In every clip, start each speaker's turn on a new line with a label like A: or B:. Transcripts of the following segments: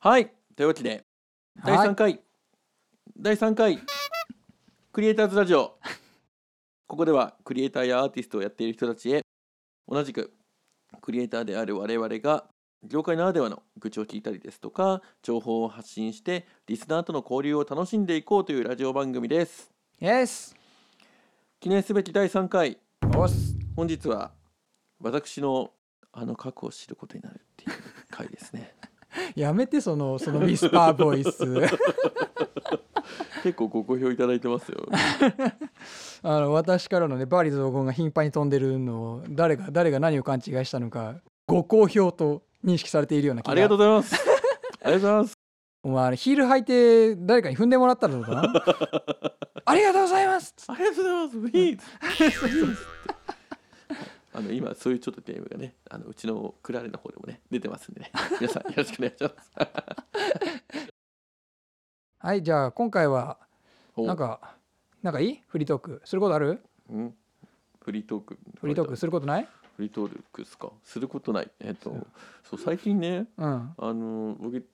A: はいというわけで第
B: はい
A: 3回、第3回クリエイターズラジオここではクリエイターやアーティストをやっている人たちへ同じくクリエイターである我々が業界ならではの愚痴を聞いたりですとか情報を発信してリスナーとの交流を楽しんでいこうというラジオ番組です
B: イエス
A: 記念すべき第3回
B: おっす
A: 本日は私のあの過去を知ることになるっていう回です ね
B: やめてそのそのウィスパーボイス
A: 結構ご好評いただいてますよ
B: あの私からのねバーリーズ黄金が頻繁に飛んでるのを誰が誰が何を勘違いしたのかご好評と認識されているような気が
A: ありがとうございます。ありがとうございます。
B: お前あれヒール履いて誰かに踏んでもらったの かなありがとうございます
A: ありがとうございます。ウィーズ。 あの今そういうちょっとゲームがね、あのうちのクラレの方でもね出てますんでね。皆さんよろしくお願いします。
B: はいじゃあ今回は
A: お
B: なん、かなんかいいフリートークすることある
A: うん、フリートーク。
B: フリートークすることない
A: フリートークですか。することない。えっと、そう最近ね、
B: うん
A: あの僕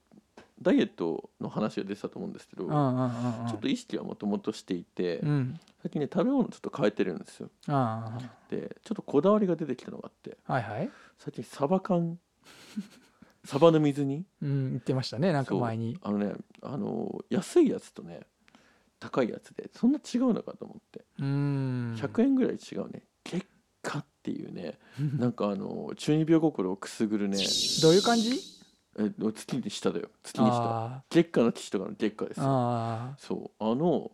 A: ダイエットの話が出てたと思うんですけど、
B: うんうんうんうん
A: ちょっと意識はもともとしていて、
B: うん
A: 最近ね食べ物ちょっと変えてるんですよ。
B: あ
A: で、ちょっとこだわりが出てきたのがあって。
B: あはいはい
A: 最近サバ缶 サバの水煮
B: うん言ってましたねなんか
A: そう
B: 前に
A: あのねあの安いやつとね高いやつでそんな違うのかと思って
B: うーん
A: 100円ぐらい違うね結果っていうねなんかあの中二病心をくすぐるね
B: どういう感じ
A: え月にしただよ月にした
B: あ
A: 月下の岸とかの月下です
B: ー
A: よ
B: あ
A: そうあの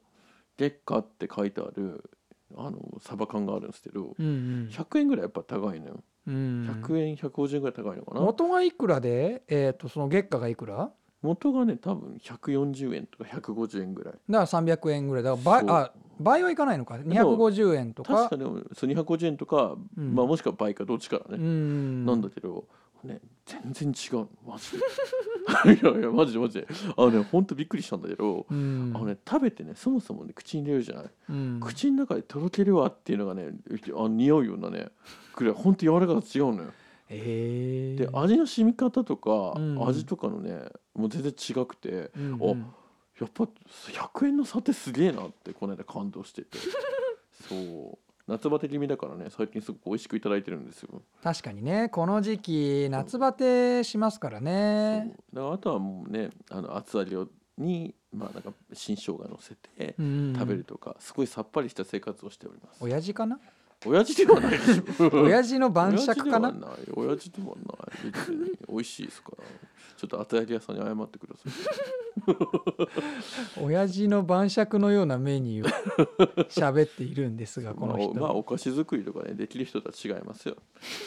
A: 月下って書いてあるあのサバ缶があるんですけど
B: ーうん
A: 100円ぐらいやっぱ高いのよ
B: うんうん
A: 100円150円ぐらい高いのかな
B: 元がいくらでえっとその月下がいくらだか
A: 元がね多分140円とか150円ぐらい
B: ら300円ぐらいだから
A: そう
B: 倍あ倍はいかないのか
A: も
B: 250円と
A: 確
B: か
A: かでもそう250円とか、
B: うん
A: まあ、もしくは倍かどっちかだね、
B: うん
A: なんだけど、ね、全然違うのマジで いやいやマジでマジであのねほんとびっくりしたんだけど、
B: うん
A: あのね食べてねそもそもね口に入れるじゃない、
B: うん
A: 口の中でとろけるわっていうのがねあの匂うようなねくらいほんと柔らかさ違うのよ
B: ええ
A: で味の染み方とか、
B: うん
A: 味とかのねもう全然違くて、
B: うん
A: お
B: うん
A: やっぱ100円の差ってすげえなってこの間感動 しててそう夏バテ気味だからね最近すごく美味しくいただいてるんですよ、
B: 確かにねこの時期夏バテしますからね
A: そうだからあとはもうねあの厚揚げをにまあなんか新生姜乗せて食
B: 食
A: べるとか、すごいさっぱりした生活をしております
B: 親父かな
A: 親父ではないでしょ
B: 親父の晩酌かな
A: 親父ではない親父ではない別に美味しいですからちょっと厚揚げ屋さんに謝ってください
B: 親父の晩酌のようなメニューを喋っているんですがこの人、
A: まあ、まあお菓子作りとかねできる人とは違います よ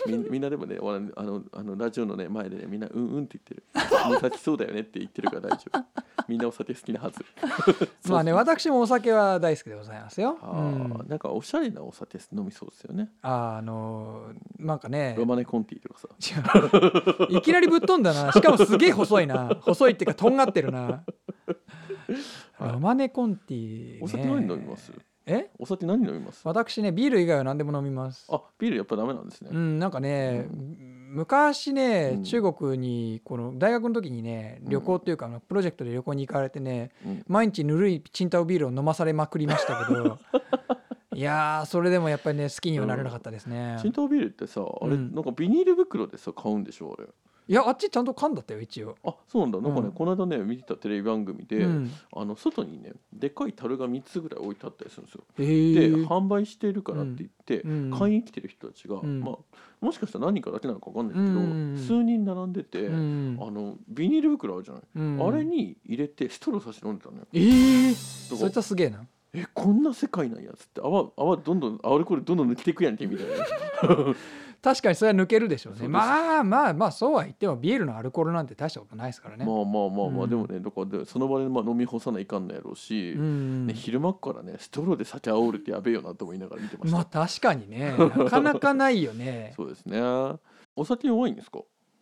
A: みんみんなでもねわあのあのラジオの、ね、前でねみんなうんうんって言ってるお酒そうだよねって言ってるから大丈 夫みんなお酒好きなはず
B: まあね私もお酒は大好きでございますよ
A: あ
B: う
A: ー、
B: ん
A: なんかおしゃれなお酒飲みそうですよね
B: あのーなんかね
A: ロマネコンティとかさ
B: 違う いきなりぶっ飛んだなしかもすげえ細いな細いっていうかとんがってるなロマネコンティ、ね、
A: お酒何飲みます
B: え
A: お酒何飲みます
B: 私ねビール以外は何でも飲みます
A: あビールやっぱダメなんですね、
B: うん、なんかね、
A: う
B: 昔ね、
A: うん
B: 中国にこの大学の時にね
A: うん
B: 旅行というか、あのプロジェクトで旅行に行かれてね
A: うん
B: 毎日ぬるいチンタオビールを飲まされまくりました けどいやーそれでもやっぱりね好きにはなれなかったですね、
A: チンタオビールってさあれ、
B: うん
A: なんかビニール袋でさ買うんでしょあれ
B: いやあっちちゃんと噛んだったよ一応、
A: あそうなんだなんかね、
B: うん
A: この間ね見てたテレビ番組で、
B: うん、
A: あの外にねでっかい樽が3つぐらい置いてあったりするんですよ
B: え
A: で
B: ー、
A: 販売しているからって言って、
B: うん
A: 買いに来てる人たちが、
B: うん
A: まあ、もしかしたら何人かだけなのか分かんないけど、
B: うん
A: 数人並んでて、
B: うん
A: あのビニール袋あるじゃない、
B: うん
A: あれに入れてストロー差し飲んでたのよ。
B: えー、
A: だ
B: そ
A: か
B: いつ
A: ら
B: はすげえな
A: えこんな世界なんやっつって泡泡どんどんアルコールどんどん抜けていくやんけみたいな
B: 確かにそれは抜けるでしょう
A: そうで
B: ね
A: す
B: まあまあまあそうは言ってもビールのアルコールなんて大したことないですからね、
A: まあまあまあまあ、
B: うん
A: でもねだからでその場でまあ飲み干さないかんのやろうし、
B: うん
A: ね、昼間っからねストローで酒煽るってやべえよなと思いながら見てました、
B: まあ確かにねなかなかないよね
A: そうですねお酒弱いんですか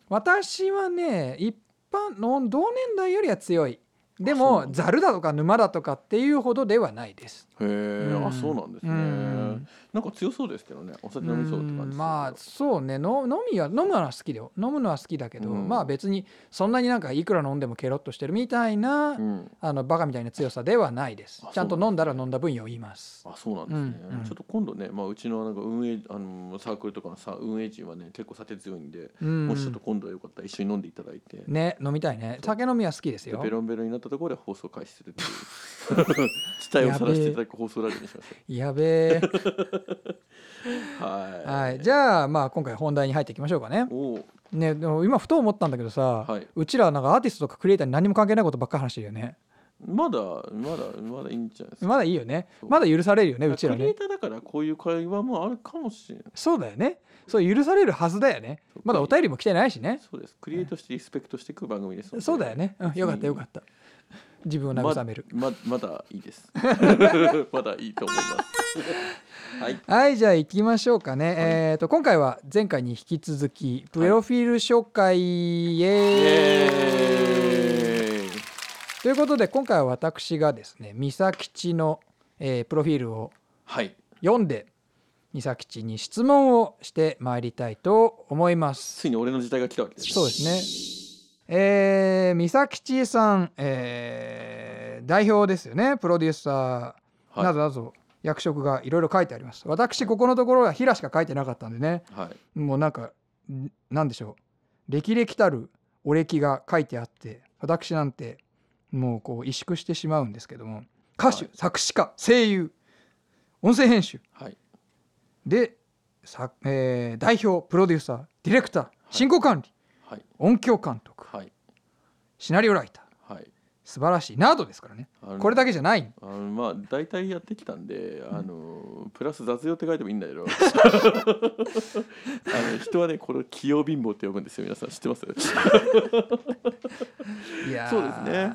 B: 私はね一般の同年代よりは強いで
A: そうな
B: も
A: んだ
B: ざるだとか沼だとかっていうほどではないです。
A: へえ、
B: うん
A: あそうなんですね、
B: うん
A: なんか強そうですけどねお酒飲みそうって感じするけど
B: うんまあそうねの飲みは飲むのは好きだよ飲むのは好きだけど、
A: うん
B: まあ別にそんなになんかいくら飲んでもケロッとしてるみたいな、
A: うん
B: あのバカみたいな強さではないです
A: あ
B: ちゃんと飲んだら飲んだ分酔います
A: あそうなんですね、
B: うんうん
A: ちょっと今度ね、まあ、うちのなんか運営あのサークルとかのさ運営陣はね結構酒強いんで、
B: うん
A: もしちょっと今度よかったら一緒に飲んでいただいて、
B: ね飲みたいね酒飲みは好きです
A: で
B: よ
A: ベロンベロンになったところで放送開始するっていう 地帯を晒していただく放送ラジオにしまし
B: やべえ
A: ょうはい、
B: はいじゃあまあ今回本題に入っていきましょうかね
A: おお
B: ねでも今ふと思ったんだけどさ、
A: はいう
B: ちらはなんかアーティストとかクリエイターに何も関係ないことばっかり話してるよね
A: まだまだまだいいんじゃないですか
B: まだいいよね
A: そう
B: まだ許されるよねうちら
A: クリエ
B: ね
A: イターだからこういう会話もあるかもしれない
B: そうだよねそう許されるはずだよね
A: そう
B: まだお便りも来てないしね
A: そうですクリエイトしてリスペクトしていく番組ですので
B: そうだよね、うん、よかったよかった自分を慰める、
A: まままだいい ですまだいいと思いますはい
B: はいじゃあ行きましょうかね、えー、と今回は前回に引き続きプロフィール紹介、イ
A: イ
B: エーイ
A: エーイ
B: ということで今回は私がですね三崎吉の、えープロフィールを
A: はい
B: 読んで三崎吉に質問をしてまいりたいと思います
A: ついに俺の時代が来たわけです
B: そうですねえー、三崎吉さん、えー代表ですよねプロデューサー、
A: はい
B: などなど役職がいろいろ書いてあります私ここのところは平しか書いてなかったんでね
A: はい
B: もうなんかんなんでしょう歴々たるお歴が書いてあって私なんてもうこう萎縮してしまうんですけども歌手、
A: はい
B: 作詞家声優音声編集
A: はい
B: で、さえー代表プロデューサーディレクター進行管理、
A: はい
B: 音響監督
A: はい
B: シナリオライター
A: はい
B: 素晴らしいなどですからね
A: あの
B: これだけじゃない
A: あのまあ大体やってきたんで、あのプラス雑用って書いてもいいんだ けどあの人はねこれを器用貧乏って呼ぶんですよ皆さん知ってます
B: いやー
A: そうですね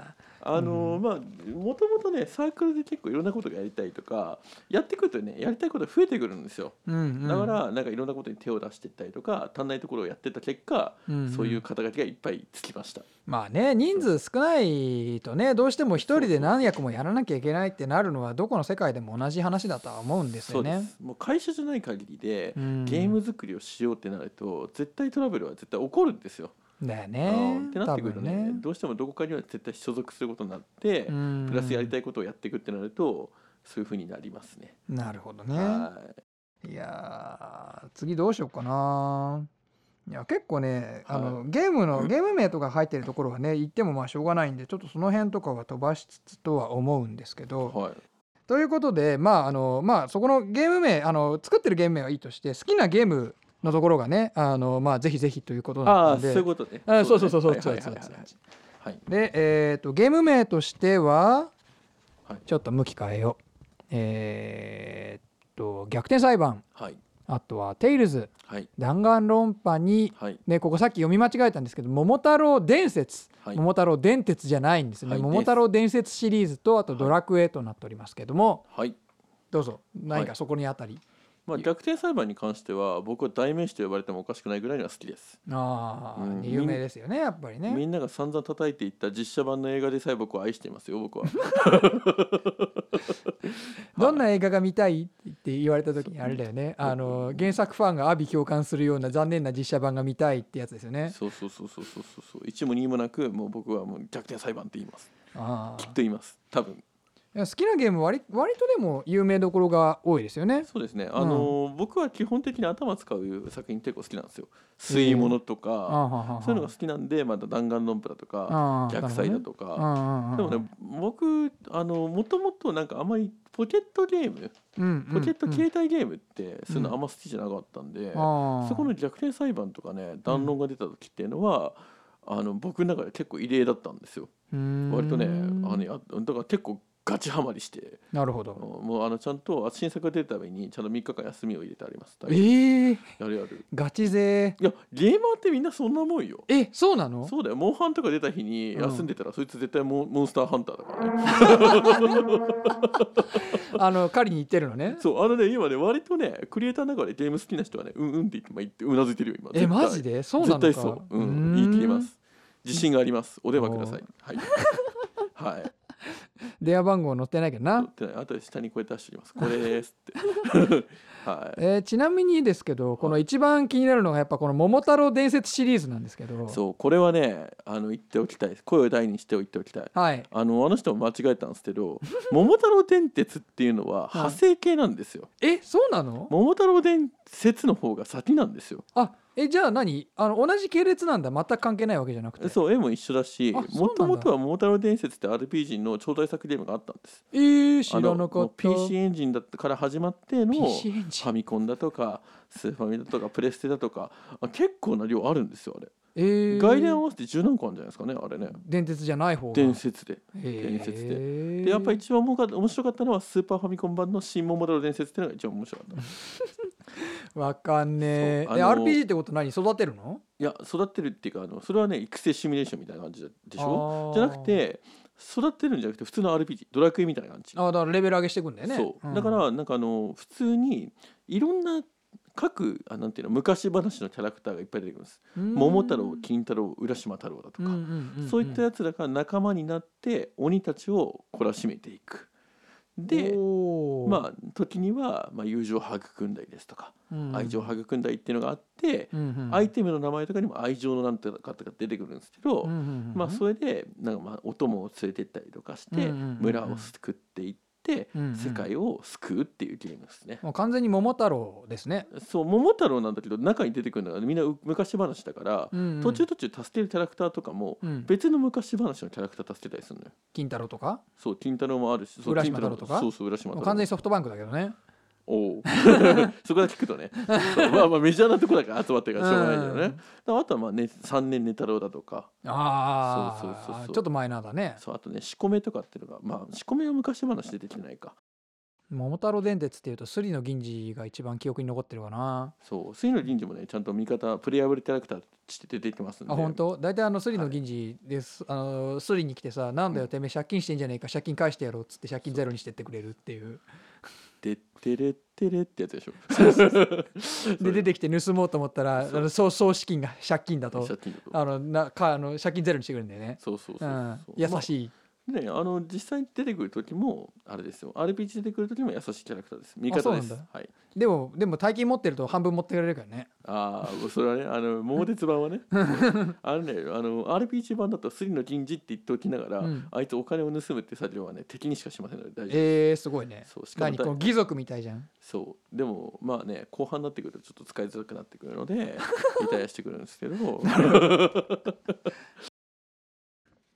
A: あのまあもともとねサークルで結構いろんなことがやりたいとかやってくるとねやりたいことが増えてくるんですよ
B: うんうん、
A: だからなんかいろんなことに手を出していったりとか足んないところをやってた結果、
B: うんうん
A: そういう肩書きがいっぱいつきました
B: まあね人数少ないとねどうしても一人で何役もやらなきゃいけないってなるのはどこの世界でも同じ話だとは思うんです
A: そ
B: よ
A: うで
B: ね。
A: すもう会社じゃない限りで、
B: うん
A: ゲーム作りをしようってなると絶対トラブルは絶対起こるんですよ
B: だよ
A: う
B: ね
A: んってなっ
B: 多
A: てくると
B: 分
A: ね
B: ね。
A: どうしてもどこかには絶対所属することになって、
B: うん
A: プラスやりたいことをやっていくってなるとそういうふうになりますね。
B: なるほどね。
A: はい
B: やー次どうしようかな。いや結構ねあの、
A: は
B: ゲーム のゲーム名とか入ってるところはね言ってもまあしょうがないんでちょっとその辺とかは飛ばしつつとは思うんですけど。
A: はい
B: ということでまああのまあそこのゲーム名あの作ってるゲーム名はいいとして好きなゲームのところがねあのまあぜひぜひということ
A: あ
B: な
A: あ
B: の
A: そうい
B: で
A: うことね。
B: あそうそうそうそう
A: はい
B: そ
A: は
B: う
A: いは
B: そ
A: いうはい
B: そう
A: はい
B: でえっ、とゲーム名としては、
A: はい
B: ちょっと向き変えようえっ、と逆転裁判
A: はい
B: あとは「テイルズ
A: はい
B: 弾丸論破に」
A: はい
B: ねここさっき読み間違えたんですけど「桃太郎伝説」
A: はい
B: 桃太郎電鉄」じゃないんですね、
A: はい
B: 桃太郎伝説」シリーズとあと「ドラクエ」となっておりますけども、
A: はい。
B: どうぞ何かそこにあたり、
A: まあ逆転裁判に関しては僕は代名詞と呼ばれてもおかしくないぐらいには好きです。
B: ああ、
A: うん
B: 有名ですよねやっぱりね
A: みんなが散々叩いていった実写版の映画でさえ僕は愛していますよ僕は。
B: どんな映画が見たいって言われた時にあれだよねあの原作ファンが阿ビ共感するような残念な実写版が見たいってやつですよね
A: そうそうそうそうそうそうそう一も二もなくもう僕はもう逆転裁判って言います。
B: あ
A: きっと
B: あ
A: 言います多分。
B: いや好きなゲーム割割とでも有名どころが多いですよね
A: そうですね、あのー僕は基本的に頭使う作品結構好きなんですよ吸い物と
B: あ
A: か、
B: あはあはあ
A: そういうのが好きなんでまた弾丸論破だとか
B: ああ
A: 逆
B: な
A: 祭だ
B: る
A: と
B: ほ
A: か、で
B: ど
A: もね僕あのもともとなんかあんまりポケットゲーム
B: うん
A: ポケット
B: うんうん
A: 携帯ゲームってそういうのあんま好きじゃなかったんで、
B: ああ
A: そこの逆転裁判とかね弾論が出た時っていうのは、あの僕の中で結構異例だったんですよ
B: うーん
A: 割とねあのやだから結構ガチハマりして
B: なるほ
A: あ
B: ど
A: のもうあのちゃんとあ新作が出るためにちゃんと3日間休みを入れてあります
B: ええ
A: やるやる
B: ガチ勢
A: いやゲーマーってみんなそんなもんよ
B: えそうなの
A: そうだよモンハンとか出た日に休んでたら、そいつ絶対モンモンスターハンターだからね
B: あの狩りに行ってるの ね
A: そうあのね今ね割とねクリエイターの中でゲーム好きな人はねうんうんって言ってまあ言ってうなずいてるよ今
B: え
A: 絶対
B: マジでそうなのか
A: 絶対そううん言い切ります自信がありますお電話くださいはい はい
B: 電話番号載ってないけどな、
A: ってないあとで下にこうやって出しておきますこれ ですって はい
B: えーちなみにですけどこの一番気になるのがやっぱこの「桃太郎伝説」シリーズなんですけど
A: そうこれはねあの言っておきたいです声を大にしておいておきたい
B: はい
A: あのあの人も間違えたんですけ ど「桃太郎電鉄」っていうのは
B: うん
A: 派生系なんですよ。
B: えそうなの
A: 桃太郎電鉄の方が先なんですよ。
B: あえじゃあ何あの同じ系列なんだ全く関係ないわけじゃなくて
A: そう絵も一緒だし
B: あそうなん
A: もと
B: だ
A: もとは「桃太郎伝説」って RPG の超大作ゲームがあったんです。
B: えー、知
A: あ
B: ら
A: の
B: なかった
A: もう PC エンジンだったから始まっての
B: PC
A: フ
B: エンジン
A: ァミコンだとかスーファミだとかプレステだとかあ結構な量あるんですよあれ。
B: えー、
A: 概念合わせて十何個あるんじゃないですかねあれね。
B: 伝説じゃない方が
A: 伝説で。
B: 伝
A: 伝説で
B: で
A: でやっぱ一番面白か面白かったのはスーパーファミコン版の「新桃太郎伝説」っていうのが一番面白かった。
B: わかんねえ
A: そう
B: え
A: あの
B: RPG ってこと何育てるの
A: いや育ってるっていうかあのそれはね育成シミュレーションみたいな感じでしょ
B: あー
A: じゃなくて育ってるんじゃなくて普通の RPG ドラクエみたいな感じ、
B: あだからレベル上げしていくんだよね
A: そう、
B: ん
A: だからなんかあの普通にいろんな各あなんていうの昔話のキャラクターがいっぱい出てくるんです
B: うん
A: 桃太郎金太郎浦島太郎だとか、
B: うんうんうんうん
A: そういったやつらが仲間になって鬼たちを懲らしめていくで
B: おー
A: まあ時には、まあ、友情を育んだりですとか、
B: うん
A: 愛情を育んだりっていうのがあって、
B: うんうん
A: アイテムの名前とかにも愛情のなんとかとか出てくるんですけど、
B: うんうんうん
A: まあ、それでなんかまあお供を連れてったりとかして
B: うんうんうんうん
A: 村を救っていって
B: うんうん
A: 世界を救うっていうゲームですね。
B: もう完全に桃太郎ですね、
A: そう桃太郎なんだけど中に出てくるのがみんなう昔話だから
B: うんうん
A: 途中途中助けるキャラクターとかも
B: うん、
A: 別の昔話のキャラクター助けたりするのよ。
B: 金太郎とか
A: そう金太郎もあるしそう
B: 浦島太郎
A: 金
B: とか
A: そうそう浦島
B: もう
A: 太
B: 完全に
A: 郎
B: ソフトバンクだけどね
A: おう そこだけ聞くとねそうまあまあメジャーなとこだから集まってるからしょうがないんだよね。
B: う
A: だ
B: ん
A: からあとはまあ、ね、三年寝太郎だとか
B: ああ
A: そうそうそうそう
B: ちょっとマイナーだね
A: そうあとね仕込めとかっていうのがまあ仕込めは昔話出てきてないか。
B: 桃太郎電鉄っていうとスリの銀次が一番記憶に残ってるかな
A: そう杉野銀次もねちゃんと味方プレイアブルキャラクターとして出てきますんで
B: あ本当大体あのスリの銀次です、あのスリに来てさ「なんだよてめえ借金してんじゃねえか借金返してやろう」っつって借金ゼロにしてってくれるっていう
A: でってれってれってやつ でしょ
B: で出てきて盗もうと思ったらあ
A: そう
B: の総総資金が借金だと
A: 借金だと
B: あのなかあの借金ゼロにしてくれるんだよね
A: そうそうそううそうん
B: 優
A: ま
B: しい
A: あねあの実際に出てくる時もあれですよ RPG 出てくる時も優しいキャラクターです味
B: そう
A: 方で
B: なん
A: す
B: だ
A: はい
B: でもでも大金持ってると半分持ってかれるからね
A: ああそれはねあの桃鉄版は ねあのねあの RPG 版だと杉野銀次って言っておきながら、
B: うん
A: あいつお金を盗むって作業はね敵にしかしませんので大丈夫です
B: えー、すごいね
A: そうしかも
B: 何この義族みたいじゃん
A: そうでもまあね後半になってくるとちょっと使いづらくなってくるの でリタイアしてくるんですけど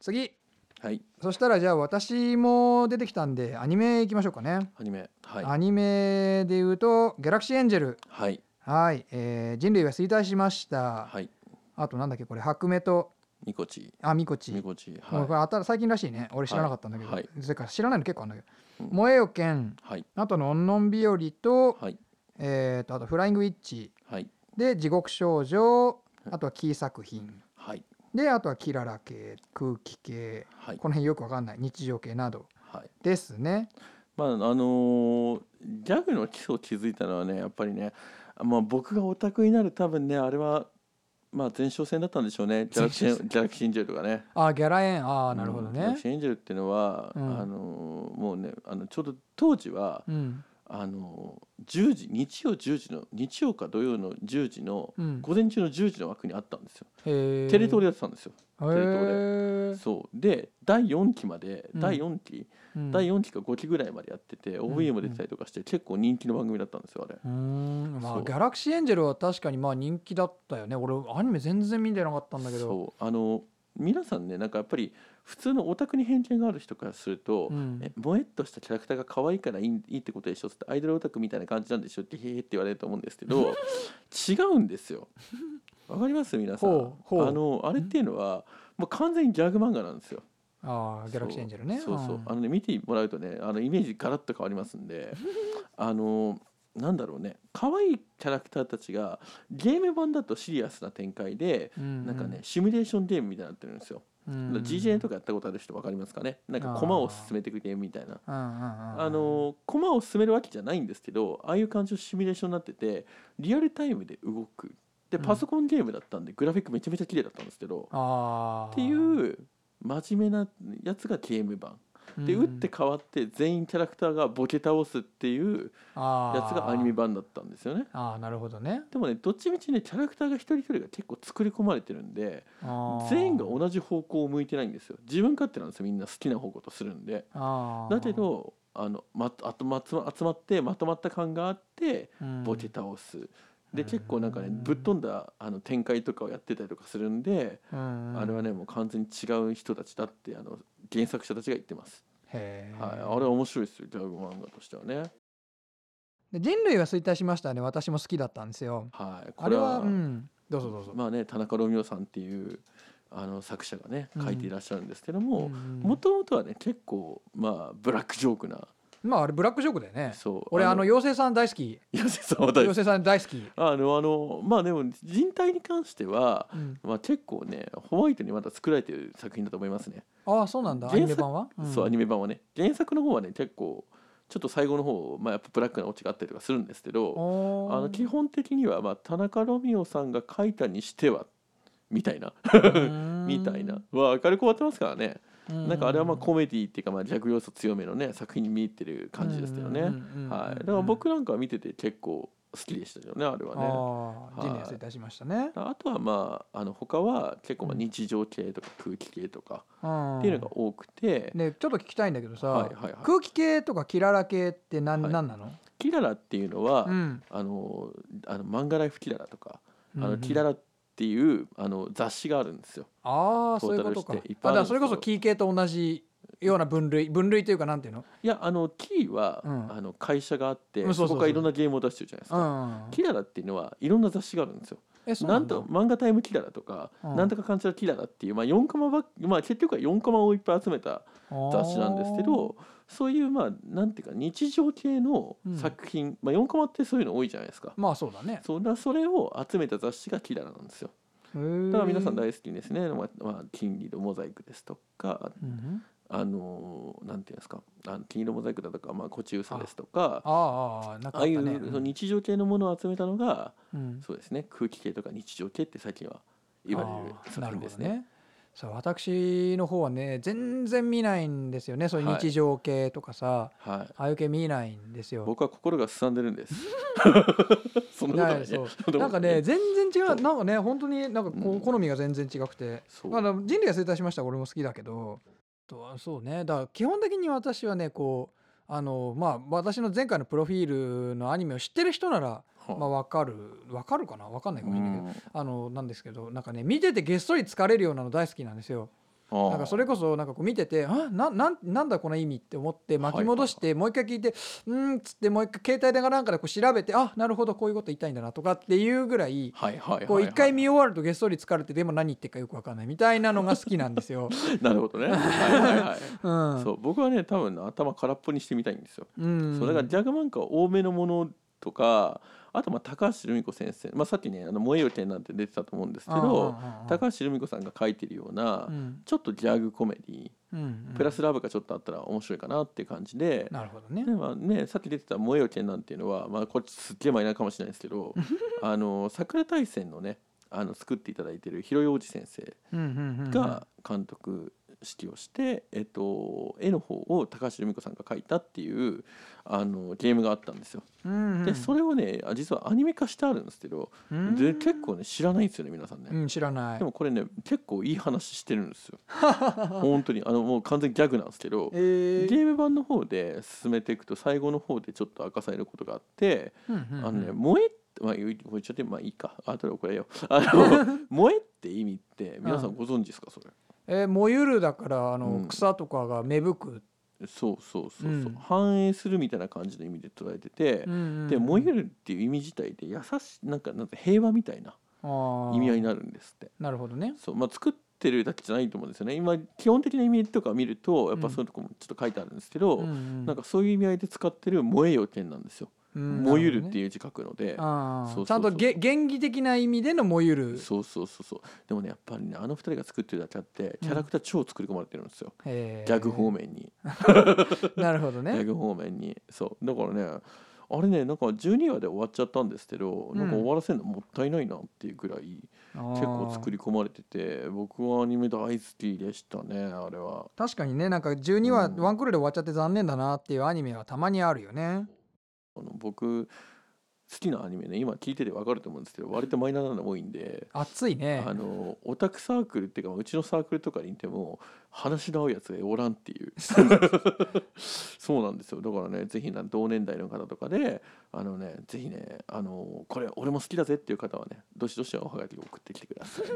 B: 次
A: はい
B: そしたらじゃあ私も出てきたんでアニメいきましょうかね、
A: アニメはい
B: アニメで言うと「ギャラクシーエンジェル」
A: はい
B: はい、えー人類は衰退しました、
A: はい
B: あとなんだっけこれ白目と
A: ニコチ
B: あみこち
A: ニコチ
B: もうこ
A: は
B: れあた最近らしいね俺知らなかったんだけど、
A: はい
B: それから知らないの結構あるんだけど「
A: うん
B: 燃えよ剣
A: いはい」
B: あとの「んのん日和と」
A: はい
B: えーとあと「フライングウィッチ
A: はい」
B: で「地獄少女」あとは「キー作品
A: はい」
B: であとは「キララ系」「空気系」
A: はい
B: この辺よくわかんない日常系など
A: はい
B: ですね
A: まああのーギャグの基礎を築いたのはねやっぱりねまあ僕がオタクになる多分ねあれはまあ前哨戦だったんでしょうねギャラクシ
B: 前
A: ー
B: 哨戦
A: ギャラクシーエンジェルがね
B: あーギャラエンああなるほど
A: うんギャラ
B: ね
A: クシーエンジェルっていうのは、
B: うん
A: あのーもうねあのちょうど当時は
B: うん
A: あの10時日曜10時の日曜か土曜の10時の
B: うん
A: 午前中の10時の枠にあったんですよ、
B: へー
A: テレ東でやってたんですよ、
B: へ
A: レ東
B: ー
A: そうで第4期まで、
B: うん
A: 第4期、
B: うん
A: 第4期か5期ぐらいまでやってて OVA も出てたりとかして、結構人気の番組だったんですよあれ
B: うーんま
A: そ
B: あ
A: う
B: ギャラクシーエンジェルは確かにまあ人気だったよね俺アニメ全然見てなかったんだけど
A: そうあの皆さんねなんかやっぱり普通のオタクに偏見がある人からすると、
B: うん
A: えぼえっとしたキャラクターが可愛いからいいいいってことでしょつってアイドルオタクみたいな感じなんでしょってへへって言われると思うんですけ ど違うんですよ。わかります皆さん。
B: ほうほう
A: あのあれっていうのはもう完全にギャグ漫画なんですよ。
B: ああギャラクシーエンジェルね
A: そうそうそう、
B: ん
A: あのね見てもらうとねあのイメージガラッと変わりますんであのなんだろうね可愛いキャラクターたちがゲーム版だとシリアスな展開で。
B: うう
A: なんかね、シミュレーションゲームみたいになってるんですよ。
B: うんうん
A: GJ とかやったことある人わかりますかねなんか駒を進めていくゲームみたいな
B: うんうんうん
A: あの駒を進めるわけじゃないんですけどああいう感じのシミュレーションになっててリアルタイムで動くで
B: うん
A: パソコンゲームだったんで、グラフィックめちゃめちゃ綺麗だったんですけど
B: あー
A: っていう真面目なやつがゲーム版で打って変わって全員キャラクターがボケ倒すっていうや
B: や
A: つがアニメ版だったんですよね
B: あーあーなるほどね
A: でもねどっちみちねキャラクターが一人一人が結構作り込まれてるんで全員が同じ方向を向いてないんですよ自分勝手なんですよみんな好きな方向とするんでだけ、どあのまあとまつま集まってまとまった感があって
B: あーうん
A: ボケ倒す、で
B: うん
A: 結構なんかねぶっ飛んだあの展開とかをやってたりとかするんで、
B: うん
A: あれはねもう完全に違う人たちだってあの原作者たちが言ってます、
B: へー
A: はい、あれは面白いですよギャグ漫画としてはね
B: で人類は衰退しましたね私も好きだったんですよ
A: はい
B: あれはうんどうぞどうぞ、
A: まあね田中ロミオさんっていうあの作者がね書いていらっしゃるんですけど
B: うんう
A: も
B: ん
A: もともとはね結構まあブラックジョークな
B: まああれブラックジョークだよね
A: そう
B: 俺あの
A: よ
B: 妖精さん大好き
A: せさんは大好
B: 妖
A: き
B: 精さん大好き、
A: あのあのまあでも人体に関しては
B: うん
A: まあ、結構ねホワイトにまだ作られてる作品だと思いますね、
B: ああそうなんだア
A: 原
B: ニ
A: 作
B: メ版は、ん
A: そうアニメ版はね原作の方はね結構ちょっと最後の方、まあ、やっぱブラックなオチがあったりとかするんですけどあ
B: おー
A: の基本的には、まあ、田中ロミオさんが書いたにしてはみたいな
B: う ん
A: みたいなは明るく終わってますからね
B: うん
A: なんかあれはまあコメディっていうかまあ逆要素強めのね作品に見えてる感じですけどね、
B: うんうんうんうん
A: はい、だから僕なんかは見てて結構好きでしたよねあれはね。
B: ああ
A: はい
B: 人類は衰退しましたね、
A: あとはまああの他は結構まあ
B: うん
A: 日常系とか空気系とか
B: うん
A: っていうのが多くて、
B: ねちょっと聞きたいんだけどさ、
A: はいはいはい
B: 空気系とかキララ系って何、
A: はい
B: なんなの、
A: キララっていうのは、
B: うん、
A: あのあの漫画ライフキララとか、あ
B: うんう
A: の
B: ん
A: キララっていうあの雑誌があるんですよ。
B: ああそういうこと
A: トー
B: か
A: タルしていっ
B: あ
A: ぱい
B: だ
A: あ
B: か
A: るんですよ
B: らそれこそキー系と同じような分類分類というかなんていうの
A: いやあのキーは、
B: うん
A: あの会社があって、
B: うんそうそうそう
A: そこからいろんなゲームを出してるじゃないです
B: う
A: か。
B: ん
A: キララっていうのはいろんな雑誌があるんですよ。
B: えそう
A: な
B: なんんだ
A: と漫画タイムキララとか、
B: うん
A: なんとかかんちゃらキララっていうまあ4コマばっまあ結局は4コマをいっぱい集めた雑誌なんですけどそういうまあなんていうか日常系の作品、まあ、4コマってそういうの多いじゃないですか
B: あーまあそうだね
A: そんなそれを集めた雑誌がキララなんですよだ
B: だ
A: から皆さん大好きですね、まあまあ、金色モザイクですとか
B: うん
A: あのーなんていうんですかあの金色モザイクだとか、まあ、コチウサですとかあ
B: ああああなんかあ
A: あ
B: っ
A: い
B: た
A: う、
B: ね
A: その日常系のものを集めたのが、
B: うん
A: そうですね空気系とか日常系って最近は言われる
B: あー
A: 作
B: なる
A: 品
B: ほ
A: で
B: ど
A: すね。
B: ねそう私の方はね全然見ないんですよねそういう日常系とかさ、
A: はい
B: ああいう系見ないんですよ
A: 僕は心がすさんでるん です。そんなこと
B: な
A: ないい
B: そ
A: ね。
B: うなんかね全然違
A: そうう
B: なんかね本当になんかこ
A: う
B: うん好みが全然違くて、
A: そう
B: まあ、でも人類が衰退しました俺も好きだけどとそうねだから基本的に私はねこうあのまあ私の前回のプロフィールのアニメを知ってる人なら、
A: はい
B: まあ、わかるわかるかなわかんないかもしれないけど、
A: うん
B: あのなんですけどなんかね見ててげっそり疲れるようなの大好きなんですよ。
A: あー
B: なんかそれこそなんかこう見てて「あななんなんだこの意味」って思って巻き戻してもう一回聞いて「うーん」っつってもう一回携帯でなんかでこう調べて「あなるほどこういうこと言いたいんだな」とかっていうぐらい。
A: はいはいはいはい
B: こう一回見終わるとげっそり疲れてでも何言ってるかよくわかんないみたいなのが好きなんですよ。
A: なるほどね。はいはいはい。
B: うん、
A: そう僕はね多分頭空っぽにしてみたいんですよ。
B: うん、
A: そうだからジャグマンカは多めのものとかあとまあ高橋留美子先生、まあ、さっきね「あの燃えよ剣」なんて出てたと思うんですけど
B: 高
A: 高橋留美子さんが書いてるような、
B: うん
A: ちょっとギャグコメディ
B: うん、
A: プラスラブがちょっとあったら面白いかなっていう感じで。
B: なるほどね
A: で。まあね、さっき出てた「燃えよ剣」なんていうのは、まあ、こっちすっげえマイナーかもしれないですけどあの桜大戦のねあの作っていただいてる広洋二先生
B: うんうんうん、
A: が監督指揮をして、えっと、絵の方を高橋留美子さんが描いたっていうあのゲームがあったんですよ。
B: うんうん、
A: でそれをねあ実はアニメ化してあるんですけど、
B: うん
A: で結構ね知らないんですよね皆さんね。
B: うん、知らない
A: で。もこれね結構いい話してるん ですよ本当にあのもう完全にギャグなんですけど
B: え、ー
A: ゲーム版の方で進めていくと最後の方でちょっと明かされることがあって、
B: うんうんうん
A: あのね「萌え」まあ言う言っちゃってまあいいかあとで怒られようあ の萌えって意味って皆さんご存知ですかそれ
B: えー、燃ゆるだからあの、
A: うん
B: 草とかが芽吹く、
A: そうそうそうそう、
B: うん
A: 反映するみたいな感じの意味で捉えてて、で燃えるっていう意味自体で優しいなんかなんか平和みたいな
B: 意
A: 意味合いに
B: な
A: なるんですって
B: なるほどね。
A: そう、まあ、作ってるだけじゃないと思うんですよね今基本的な意味とか見るとやっぱ
B: うん
A: そういうとこもちょっと書いてあるんですけど、
B: な
A: なんかそういう意味合いで使ってる「燃えよ剣」なんですよ。燃ゆるっていう字書くので、そうそうそう
B: ちゃんとげ原義的な意味での燃ゆる。
A: そうそうそうそうでもねやっぱりねあの二人が作ってるだけあってキャラクター超作り込まれてるんですよ、
B: へー
A: ギャグ方面に
B: なるほど
A: ギャ
B: ね。
A: グ方面にそうだからねあれねなんか12話で終わっちゃったんですけど、
B: うん
A: なんか終わらせるのもったいないなっていうぐらい結構作
B: り
A: り込まれてて僕はアニメ大好きでしたねあれは
B: 確かにねなんか12話、
A: うん
B: ワンクールで終わっちゃって残念だなっていうアニメはたまにあるよね
A: あの僕好きなアニメね今聞いてて分かると思うんですけど割とマイナーなの多いんで。
B: 熱いね
A: あのオタクサークルっていうかうちのサークルとかにいても話の合うやつがおらんっていうそうなんですよだからねぜひな同年代の方とかであのねぜひねあのこれ俺も好きだぜっていう方はねどしどしおはがきを送ってきてください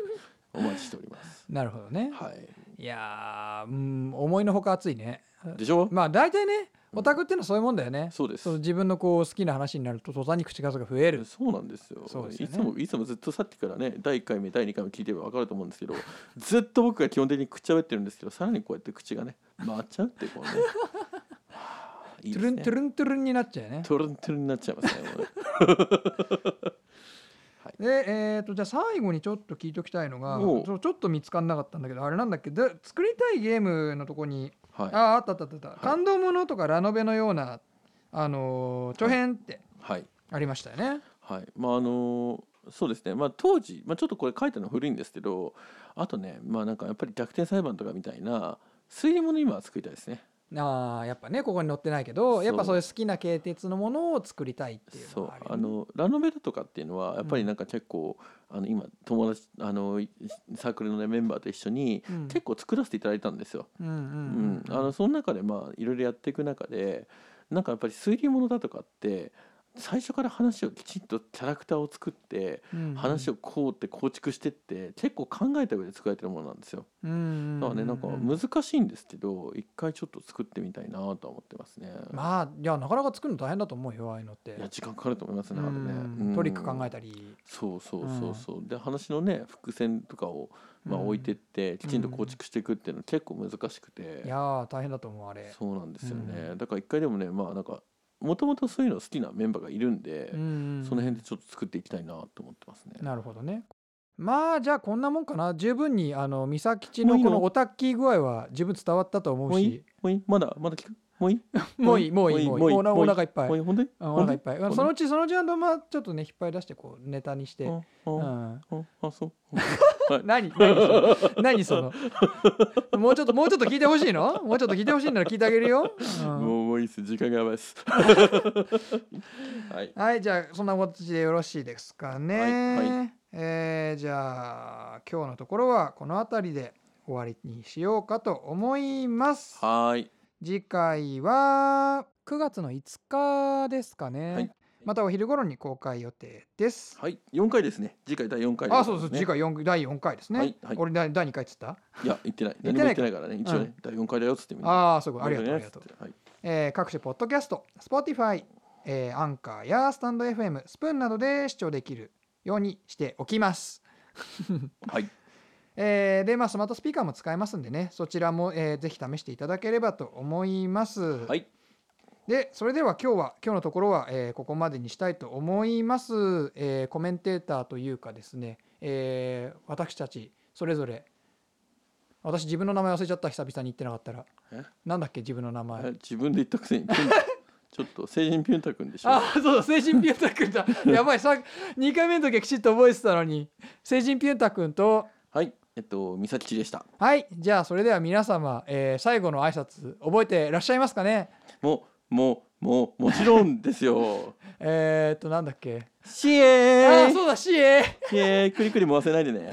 A: お待ちしており ます
B: なるほどね
A: はい
B: いやーうん思いのほか熱いね
A: でしょ
B: まあ大体ね
A: うん
B: オタクっていうのはそういうもんだよね、
A: そうです
B: その自分のこう好きな話になると途端に口数が増える
A: そうなんですよ
B: そうですよ
A: い
B: ね
A: つもいつもずっとさっきからね第1回目第2回目聞いてれば分かると思うんですけどずっと僕が基本的に口喋ってるんですけどさらにこうやって口がね回っちゃうっていうこ うねはあいい
B: ト
A: で
B: ゥル
A: す
B: ン
A: ね
B: トゥルントゥルンになっちゃうよね
A: トゥルントゥルンになっちゃいますね もうね
B: でえー、とじゃあ最後にちょっと聞いておきたいのが
A: おう
B: そうちょっと見つかんなかったんだけどあれなんだっけで作りたいゲームのとこに
A: はい
B: ああったあったあった、感動ものとかラノベのようなあのー長編って
A: はい
B: ありましたよね、
A: はいまああのそうですねまあ当時、まあ、ちょっとこれ書いたの古いんですけどあとねまあなんかやっぱり逆転裁判とかみたいな推理物今は作りたいですね
B: ああやっぱねここに載ってないけどやっぱ
A: そ
B: そうういう好きな系鉄のものを作りたいっていう
A: そ
B: の
A: う
B: がある
A: あ
B: よね
A: のラノベだとかっていうのはやっぱりなんか結構、あの今友達あのいサークルの、ね、メンバーと一緒に
B: うん
A: 結構作らせていただいたんですよ。
B: うんうん
A: うん
B: う
A: あ
B: ん
A: のその中でまあいろいろやっていく中でなんかやっぱり推理物だとかって最初から話をきちんとキャラクターを作って
B: うんうん
A: 話をこうって構築してって結構考えた上で作られてるものなんですよ。
B: うんうん
A: だ
B: う
A: から
B: んう
A: ね
B: ん
A: なんか難しいんですけど一回ちょっと作ってみたいなとは思ってますね。
B: まあいやなかなか作るの大変だと思うよああいうのって
A: いや時間かかると思いますねあれね。
B: うん
A: うん
B: トリック考えたり
A: そうそう
B: うん
A: そうそう、で話のね伏線とかを、まあ、
B: うん
A: 置いてって、きちんと構築していくっていうのは結構難しくて、
B: いやー大変だと思うあれ
A: そうなんですよね、
B: う
A: だから一回でもねまあなんかもともとそういうの好きなメンバーがいるんで、そ
B: そ
A: の辺でちょっと作っていきたいなと思ってますね。
B: なるほどねまあじゃあこんなもんかな十分にあの美咲ちの
A: もういい
B: こ
A: の
B: のオタッキー具合は十分伝わったと思
A: も
B: う
A: うい
B: し
A: いもういいまだまだ聞くもういい
B: もういいもういいもうい
A: も
B: い
A: ういいもういい
B: お腹お腹いっぱい
A: もういい本当に
B: うんお腹いっぱい
A: ほんと
B: そのうちそのうちあのまあちょっとね引っ張り出してこうネタにして、
A: あ
B: う
A: あ
B: ん、
A: ああそう
B: 何何その何そ のもうちょっともうちょっと聞いてほしいのもうちょっと聞いてほしいなら聞いてあげるよ、うん
A: もうもういいです時間がやばいで す。はい
B: はいじゃあそんな形でよろしいですかね、
A: はいは
B: えーじゃあ今日のところはこの辺りで終わりにしようかと思います
A: はーい
B: 次回は9月の5日ですかね、
A: はい
B: またお昼頃に公開予定です、
A: はい四回ですね次回第四回
B: あそうそう
A: ね
B: 次回4第4回ですね、
A: はいはい
B: 俺第第2回っつった
A: いや言ってない
B: 言
A: 何も言って
B: ってないか
A: ないからね一応ね、第四回だよっつってみんな
B: ああすごいありがとうありがとう
A: う。はい、
B: えー各種ポッドキャスト、Spotify、えーアンカーやスタンド FM、スプーンなどで視聴できるようにしておきます。
A: はい、
B: えーで、まあ、スマートスピーカーも使えますんでね、そちらも、えーぜひ試していただければと思います。
A: はい、
B: で、それでは今日は、今日のところは、えーここまでにしたいと思います。えーコメンテーターというかですね、えー私たち、それぞれ、私自分の名前忘れちゃった、久々に言ってなかったら。
A: え
B: なんだっけ、自分の名前。
A: え自分で言ったくせにピュンちょっと成人ピュンタ君でしょ
B: あそうだ成人ピュンタ君だやばいさ2回目の時はきちっと覚えてたのに成人ピュンタ君と
A: はいえっと美咲でした
B: はいじゃあそれでは皆様、えー最後の挨拶覚えてらっしゃいますかね
A: もうもうもうもちろんです よ
B: えー、っとなんだっけ
A: シエ
B: あ
A: ー
B: あ
A: イ
B: そうだシエ
A: シエーイくりくり回せないでね